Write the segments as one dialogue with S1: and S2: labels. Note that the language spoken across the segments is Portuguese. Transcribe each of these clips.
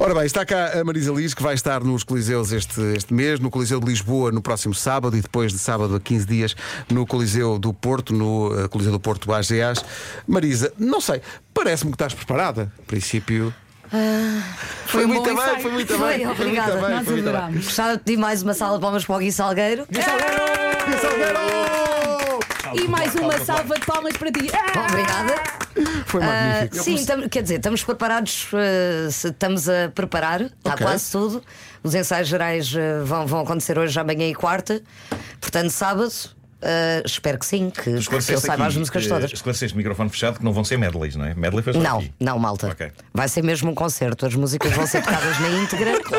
S1: Ora bem, está cá a Marisa Liz, que vai estar nos Coliseus este, este mês, no Coliseu de Lisboa no próximo sábado e depois de sábado a 15 dias no Coliseu do Porto, no eh, Coliseu do Porto AGAs. Marisa, não sei, parece-me que estás preparada. Em princípio.
S2: Ah, Foi, um
S1: muito
S2: bom
S1: bem,
S2: ensaio.
S1: foi muito bem, foi muito
S2: obrigada.
S1: bem,
S2: Nós
S1: foi muito bem.
S2: adorámos. Gostava de pedir mais uma sala de palmas para o Gui Salgueiro.
S1: Gui Salgueiro!
S3: E mais uma salva de palmas para ti. Ah!
S2: Obrigada.
S1: Foi
S2: Ah,
S1: magnífico.
S2: sim, tam- quer dizer, estamos preparados, ah, se estamos a preparar, está
S1: Ok.
S2: quase tudo. Os ensaios gerais ah, vão, vão acontecer hoje, amanhã e quarta, portanto, sábado. ah, espero que sim, que, que eu
S4: Esclareceste
S2: saiba
S4: aqui,
S2: as músicas
S4: eh,
S2: todas.
S4: Esclareceste microfone fechado que não vão ser medleys, não é? Medley foi só
S2: Não,
S4: aqui.
S2: não, malta.
S4: Ok.
S2: Vai ser mesmo um concerto. As músicas vão ser tocadas na íntegra.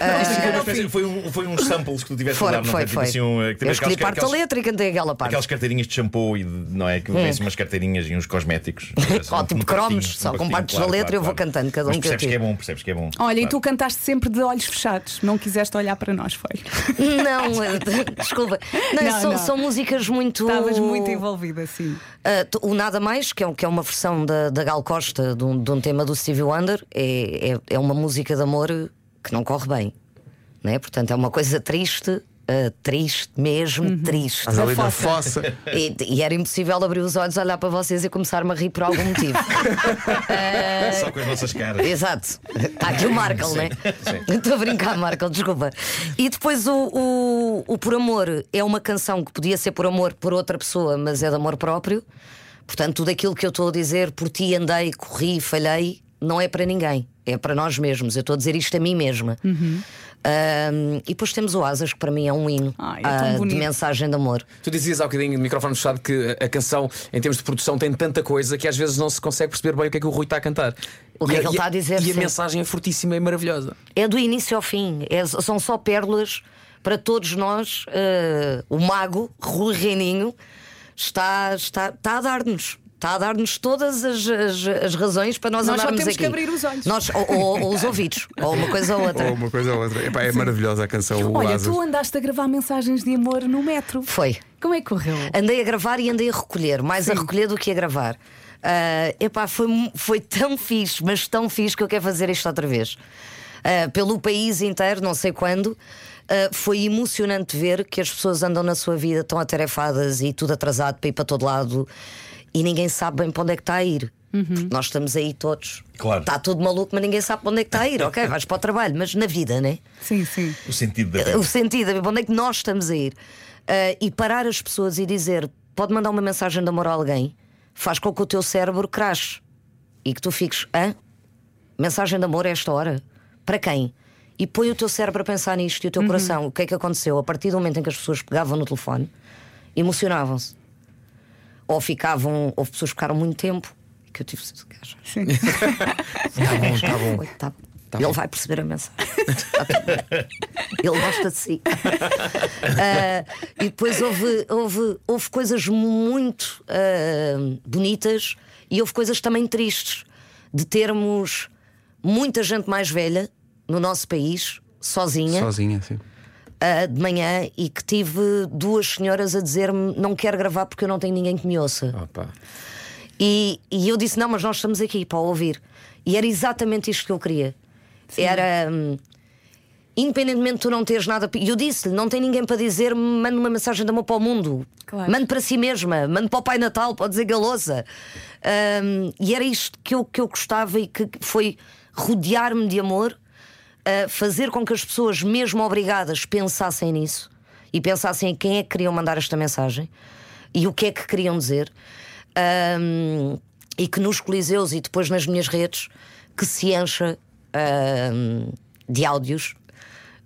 S4: é Isto foi, uma espécie- foi, um, foi uns samples que tu tiveste a
S2: Foi,
S4: dar, não
S2: foi,
S4: Tipo
S2: foi.
S4: assim, um, eh, que
S2: Eu
S4: tiveste
S2: escolhi
S4: aquelas-
S2: parte da
S4: aquelas-
S2: letra e cantei aquela parte.
S4: Aquelas carteirinhas de shampoo e de- não é que vêm umas carteirinhas e uns cosméticos.
S2: Ó, tipo
S4: Um
S2: cromos,
S4: pacotinho,
S2: só
S4: um
S2: com
S4: pacotinho,
S2: partes da
S4: claro,
S2: letra,
S4: claro,
S2: eu vou
S4: claro.
S2: cantando, cada um
S4: Mas
S2: que eu
S4: percebes que é
S2: tiro.
S4: bom, percebes que é bom.
S3: Olha, e
S4: Claro.
S3: tu cantaste sempre de olhos fechados. Não quiseste olhar para nós, foi.
S2: Não, eh, desculpa. Não,
S3: Não,
S2: são,
S3: não.
S2: são músicas muito.
S3: Estavas muito envolvida, sim.
S2: Ah, t- o Nada Mais, que é, um- que é uma versão da, da Gal Costa de um, de um tema do Stevie Wonder, é, é, é uma música de amor que não corre bem. Né? Portanto, é uma coisa triste, ah, triste mesmo, triste.
S1: Estás ali
S3: Na
S1: na
S3: fossa.
S1: fossa.
S2: E, e era impossível abrir os olhos, olhar para vocês e começar-me a rir por algum motivo.
S4: Só com as nossas caras.
S2: Exato. Está aqui o Markle,
S4: Sim,
S2: né?
S4: sim.
S2: Estou a brincar, Markle, desculpa. E depois o, o, o Por Amor é uma canção que podia ser por amor por outra pessoa, mas é de amor próprio. Portanto, tudo aquilo que eu estou a dizer, por ti andei, corri, falhei, não é para ninguém. É para nós mesmos. Eu estou a dizer isto a mim mesma.
S3: Uhum.
S2: Ahm, e depois temos o Asas, que para mim é um hino
S3: Ai, é tão
S2: ah, de
S3: bonito.
S2: mensagem de amor.
S5: Tu dizias há bocadinho de microfone fechado que a a canção, em termos de produção, tem tanta coisa que às vezes não se consegue perceber bem o que é que o Rui está a cantar.
S2: O que
S5: E
S2: é que ele está a dizer,
S5: E a
S2: sim.
S5: mensagem é fortíssima e maravilhosa.
S2: É do início ao fim. É- são só pérolas para todos nós. eh, o mago, Rui Reininho, está, está, está a dar-nos. Está a dar-nos todas as, as- as razões para nós,
S3: Nós só
S2: andarmos
S3: temos que
S2: aqui.
S3: abrir os olhos.
S2: Nós, ou, ou- ou os ouvidos, ou uma coisa ou outra.
S1: Ou uma coisa ou outra. Epá, é maravilhosa a canção. o
S3: Olha,
S1: Asas.
S3: tu andaste a gravar mensagens de amor no metro.
S2: Foi.
S3: Como é que correu?
S2: Andei a gravar e andei a recolher, mais a recolher do que a gravar. Ah, epá, foi, mu- foi tão fixe, mas tão fixe que eu quero fazer isto outra vez. Ah, pelo país inteiro, não sei quando, ah, foi emocionante ver que as pessoas andam na sua vida tão atarefadas e tudo atrasado para ir para todo lado e ninguém sabe bem para onde é que está a ir. Porque nós estamos aí todos.
S4: Claro.
S2: Está tudo maluco, mas ninguém sabe para onde é que está a ir. ok, vais para o trabalho, mas na vida, né?
S3: Sim, sim.
S4: O sentido da
S2: o
S4: vida.
S2: sentido, a ver onde é que nós estamos a ir. Ah, e parar as pessoas e dizer: pode mandar uma mensagem de amor a alguém, faz com que o teu cérebro crache e que tu fiques: hã? Mensagem de amor a esta hora? Para quem? E põe o teu cérebro a pensar nisto e o teu coração. O que é que aconteceu? A partir do momento em que as pessoas pegavam no telefone, emocionavam-se. Ou ficavam, houve pessoas que ficaram muito tempo que eu tive.
S3: sim.
S2: Tá bom, tá bom. Tá bom. Ele vai perceber a mensagem. Tá tudo bem. Ele gosta de si. Ah, e depois houve, houve, houve coisas muito ah, bonitas e houve coisas também tristes de termos muita gente mais velha no nosso país, sozinha,
S1: Sozinha, sim.
S2: ah, de manhã, e que tive duas senhoras a dizer-me: Não quero gravar porque eu não tenho ninguém que me ouça.
S1: Opa.
S2: E, e eu disse: Não, mas nós estamos aqui para ouvir. E era exatamente isto que eu queria. Era. hum, Independentemente de tu não teres nada. E eu disse-lhe: não tem ninguém para dizer, manda uma mensagem de amor para o mundo.
S3: Claro.
S2: Mande para si mesma, mande para o Pai Natal, pode dizer galosa. Hum, e era isto que eu, que eu gostava e que foi rodear-me de amor, uh, fazer com que as pessoas, mesmo obrigadas, pensassem nisso e pensassem em quem é que queriam mandar esta mensagem e o que é que queriam dizer. Hum, e que nos Coliseus e depois nas minhas redes que se encha hum, de áudios,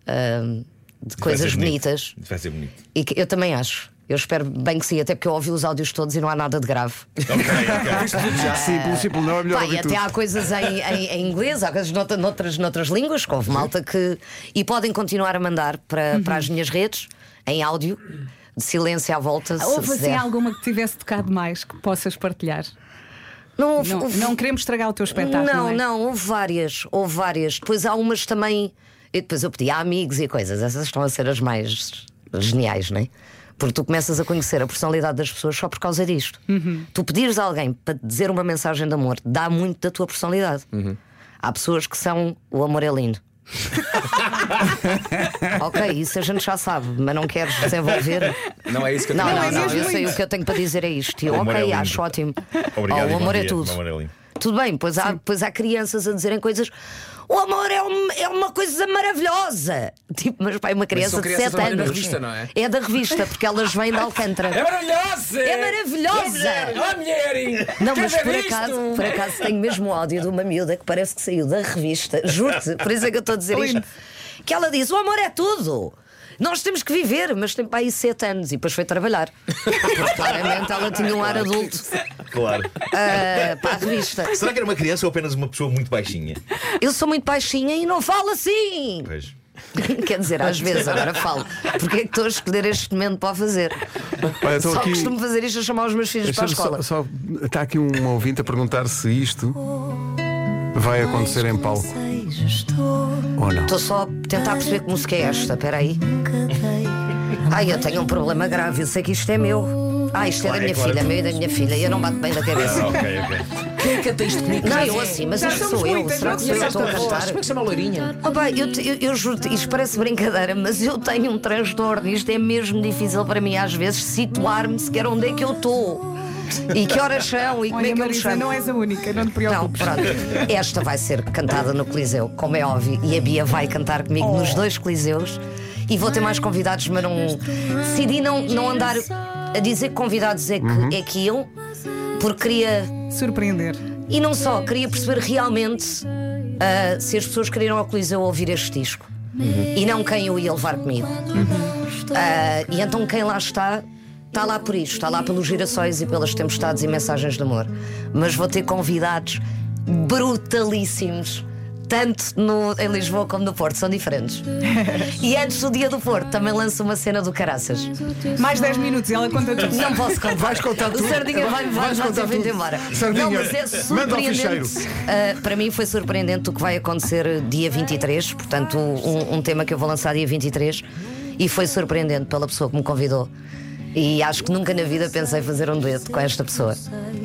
S2: hum, de
S4: Vai ser
S2: coisas
S4: bonito.
S2: bonitas.
S4: Vai ser bonito.
S2: E que eu também acho. Eu espero bem que sim, até porque eu ouvi os áudios todos e não há nada de grave.
S4: Ok, ok.
S1: Sim, pelo simples não é melhor
S2: Pá, e
S1: ouvir
S2: até
S1: tudo.
S2: há coisas em, em- em inglês, há coisas noutra- noutras, noutras línguas, que houve malta que. E podem continuar a mandar para, para
S3: Uhum.
S2: as minhas redes, em áudio, de silêncio à volta. se-
S3: Houve
S2: se
S3: assim
S2: der.
S3: alguma que tivesse tocado mais que possas partilhar?
S2: Não, houve-
S3: Não,
S2: houve-
S3: não queremos estragar o teu espetáculo.
S2: Não,
S3: é?
S2: não, houve várias, houve várias. Depois há umas também. E depois eu pedi a amigos e coisas. Essas estão a ser as mais geniais, não é? Porque tu começas a conhecer a personalidade das pessoas só por causa Uhum.
S4: Uhum.
S2: disto. Tu pedires a alguém para te dizer uma mensagem de amor dá muito da tua personalidade. Há pessoas que são o amor é lindo. ok, isso a gente já sabe, mas não queres desenvolver?
S5: Não é isso que eu
S2: Não,
S5: tenho a
S2: não,
S5: dizer.
S2: não,
S3: mas
S2: eu
S3: é
S2: sei
S3: lindo.
S2: o que eu tenho para dizer é isto. Eu,
S4: O amor é
S2: ok,
S4: lindo.
S2: acho ótimo.
S4: Obrigado.
S2: Oh,
S4: e
S2: o
S4: bom
S2: amor é
S4: dia.
S2: tudo.
S4: O amor é lindo.
S2: Tudo bem, pois há, pois há crianças a dizerem coisas. O amor é, um- é uma coisa maravilhosa. Tipo, mas pai, uma criança
S5: são
S2: de 7
S5: crianças que trabalham
S2: anos.
S5: na revista, não é?
S2: da revista, porque elas vêm de
S5: É
S2: Alcântara.
S5: maravilhosa!
S2: É maravilhosa!
S5: Olá, mulher!
S2: Não,
S5: Quer
S2: mas
S5: ver
S2: por
S5: isto?
S2: acaso, por acaso tenho mesmo ódio de uma miúda que parece que saiu da revista. Juro-te, por isso é que eu estou a dizer isto. Que ela diz: o amor é tudo. Nós temos que viver, mas tem para aí sete anos e depois foi trabalhar. Porque claramente ela tinha um ar adulto
S4: Claro.
S2: ah, para a revista.
S4: Será que era uma criança ou apenas uma pessoa muito baixinha?
S2: Eu sou muito baixinha e não falo assim.
S4: Pois.
S2: Quer dizer, às vezes agora falo. Porque é que estou a escolher este momento para o fazer?
S1: Olha, estou
S2: Só
S1: aqui-
S2: costumo fazer isto a chamar os meus filhos para a
S1: Deixa-me
S2: escola.
S1: Só, só- está aqui um ouvinte a perguntar se isto vai acontecer em palco ou não.
S2: Estou só a tentar perceber que música é esta, peraí. Ai, eu tenho um problema grave, eu sei que isto é meu. Ah, isto é da minha filha, meu e da minha filha, eu não bato bem da cabeça.
S4: Ah, ok, ok.
S5: Quem canta isto comigo?
S2: Não, eu assim, mas isto sou eu, será que sou eu que estou a cantar?
S5: Como é que se chama a loirinha?
S2: Oh, pá, eu, te- eu, eu juro-te, isto parece brincadeira, mas eu tenho um transtorno. Isto é mesmo difícil para mim, às vezes, situar-me sequer onde é que eu estou. E que horas são e como é
S3: Olha,
S2: que eu me
S3: Marisa,
S2: chamo.
S3: não és a única, não te
S2: Não,
S3: preocupes.
S2: pronto. Esta vai ser cantada no Coliseu, como é óbvio. E a Bia vai cantar comigo nos dois Coliseus. E vou ter mais convidados, mas não. Decidi não, não andar a dizer que convidados é que, é que iam, porque queria.
S3: Surpreender.
S2: E não só, queria perceber realmente ah, se as pessoas queriam ao Coliseu ouvir este disco. E não quem o ia levar comigo. Ah, e então quem lá está, está lá por isto, está lá pelos girassóis e pelas tempestades e mensagens de amor. Mas vou ter convidados brutalíssimos. Tanto no- em Lisboa como no Porto, são diferentes. e antes do dia do Porto também lanço uma cena do Caraças.
S3: Mais 10 minutos e ela conta tudo.
S2: Não posso contar.
S1: Vais contar tudo.
S2: O Sardinha vai, vai,
S1: Vais
S2: vai
S1: contar
S2: ter vindo
S1: tudo.
S2: embora.
S1: Sardinha,
S2: não, mas é
S1: manda ao
S2: surpreendente. Uh, para mim foi surpreendente o que vai acontecer dia 23, portanto, um, um tema que eu vou lançar dia 23. E foi surpreendente pela pessoa que me convidou. E acho que nunca na vida pensei fazer um dueto com esta pessoa.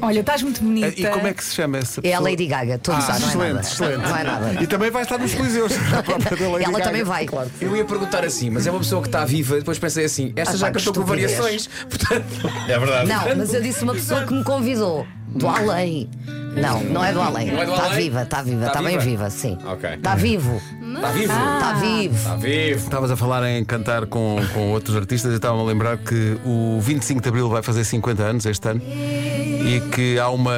S3: Olha, estás muito bonita.
S1: E como é que se chama essa
S2: É
S1: pessoa?
S2: a Lady Gaga, tu
S1: Ah,
S2: sabes, não é
S1: excelente,
S2: nada.
S1: excelente.
S2: Não é nada.
S1: E também vai estar nos Coliseus. a própria da Lady
S2: Ela
S1: Gaga.
S2: também vai.
S1: Claro.
S5: Eu ia perguntar assim, mas é uma pessoa que está viva, depois pensei assim, esta
S2: Ah,
S5: já
S2: pá, que
S5: cantou com
S2: estupidez.
S5: variações, portanto.
S4: É verdade.
S2: Não, mas eu disse uma pessoa que me convidou. Do além. Não, não é do além.
S5: Não é do
S2: Está
S5: além?
S2: viva, está viva,
S5: Tá
S2: está bem
S5: viva?
S2: viva, sim.
S5: Ok.
S2: Está vivo.
S5: Está vivo? Ah.
S2: Está vivo.
S5: Está vivo!
S1: Estavas a falar em cantar com, com outros artistas e estava-me a lembrar que o 25 de Abril vai fazer 50 anos este ano e que há uma,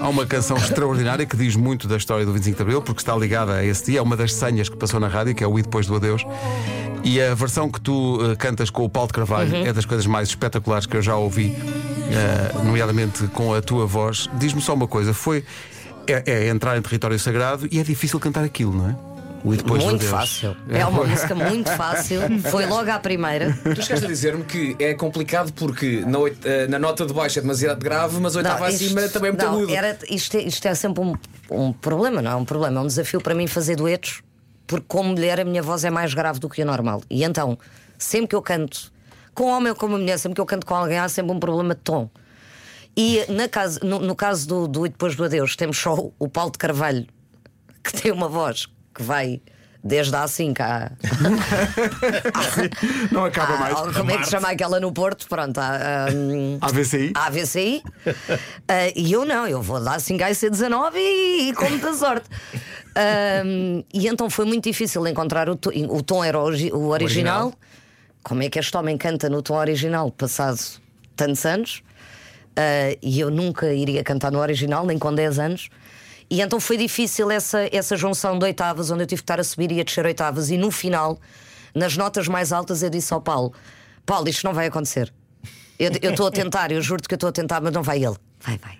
S1: há uma canção extraordinária que diz muito da história do 25 de Abril porque está ligada a esse dia, é uma das senhas que passou na rádio, que é o E Depois do Adeus. E a versão que tu eh, cantas com o Paulo de Carvalho
S2: Uhum.
S1: é das coisas mais espetaculares que eu já ouvi, eh, nomeadamente com a tua voz. Diz-me só uma coisa: foi é, é entrar em território sagrado e é difícil cantar aquilo, não é? O E Depois do
S2: muito
S1: Adeus.
S2: fácil. É uma música muito fácil. Foi logo à primeira.
S5: Tu chegaste a dizer-me que é complicado porque na, oit- eh, na nota de baixo é demasiado grave, mas a oitava
S2: isto-
S5: acima também é muito
S2: não,
S5: agudo.
S2: era- isto, é, isto é sempre um, um problema, não é um problema, é um desafio para mim fazer duetos, porque como mulher a minha voz é mais grave do que o normal. E então, sempre que eu canto, com um homem ou com uma mulher, sempre que eu canto com alguém, há sempre um problema de tom. E na casa- no, no caso do, do E Depois do Adeus, temos só o Paulo de Carvalho, que tem uma voz que vai desde a A5 à,
S1: Não acaba
S2: à-
S1: mais.
S2: ao- como é que se chama aquela no Porto? Pronto, à, à, hum,
S1: AVCI?
S2: à AVCI. Ah, e eu não, eu vou dar 5 a IC19 e, e com muita sorte. Ah, e então foi muito difícil encontrar o, to- o tom, era o, origi- o original.
S1: original.
S2: Como é que este homem canta no tom original, passado tantos anos? Ah, e eu nunca iria cantar no original, nem com 10 anos. E então foi difícil essa, essa junção de oitavas, onde eu tive que estar a subir e a descer oitavas. E no final, nas notas mais altas, eu disse ao Paulo: Paulo, isto não vai acontecer. Eu eu estou a tentar, eu juro-te que eu estou a tentar, mas não vai ele. Vai, vai.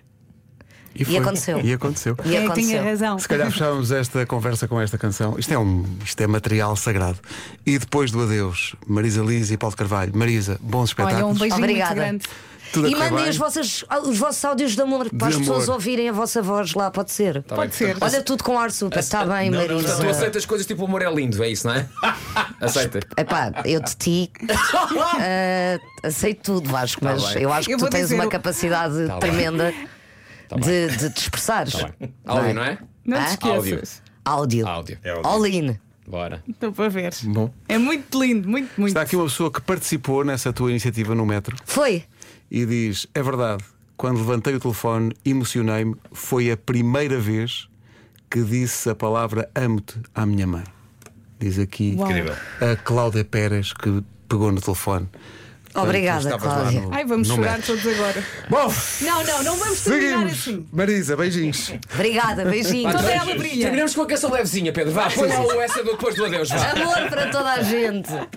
S1: E,
S2: aconteceu.
S1: E aconteceu.
S2: E
S3: É, tinha
S2: aconteceu.
S3: razão.
S1: Se calhar fechávamos esta conversa com esta canção. Isto é, um, isto é material sagrado. E depois do adeus, Marisa Liz e Paulo Carvalho. Marisa, bons
S3: Olha, um
S1: espetáculos.
S3: beijinho muito
S2: Obrigada.
S3: grande.
S1: Tudo a
S2: e
S1: correr
S2: mandem
S1: bem.
S2: as vossas- os vossos áudios de amor para as
S1: amor.
S2: pessoas ouvirem a vossa voz lá, pode ser?
S3: Pode ser.
S2: Olha, tudo com ar super. Está bem,
S4: não, não,
S2: Marisa.
S5: Portanto, tu aceitas coisas tipo o amor é lindo, é isso, não é? Aceita.
S2: Epá, eu de ti eh, aceito tudo, Vasco, mas
S5: Tá bem. Tá
S2: eu acho que
S3: Eu
S2: tu
S3: vou
S2: tens
S3: dizer
S2: uma
S3: o-
S2: capacidade
S5: bem. Tá
S2: tremenda
S5: bem.
S2: de, de te expressares.
S5: Está bem. Áudio, não é?
S3: Não te
S2: Hã?
S3: esqueças.
S2: Áudio.
S5: Áudio.
S4: É áudio.
S2: All in.
S5: Bora.
S3: Estou para ver.
S1: Bom.
S3: É muito lindo, muito, muito.
S1: Está aqui uma pessoa que participou nessa tua iniciativa no metro
S2: Foi.
S1: e diz: É verdade, quando levantei o telefone, emocionei-me, foi a primeira vez que disse a palavra amo-te à minha mãe. Diz aqui
S3: Uau.
S4: Incrível.
S1: a Cláudia Pérez que pegou no telefone.
S2: Obrigada,
S1: Estavas lá
S2: Cláudia.
S1: no-
S3: Ai, vamos
S1: no
S3: chorar
S1: metro.
S3: todos agora.
S1: Bom,
S3: Não, não, não vamos terminar
S1: seguimos.
S3: assim.
S1: Marisa, beijinhos.
S2: Obrigada, beijinhos.
S3: Toda ela brilha.
S5: Terminamos com a canção levezinha, Pedro. Vá, põe lá o essa do depois do adeus. Vá.
S2: Amor para toda a gente.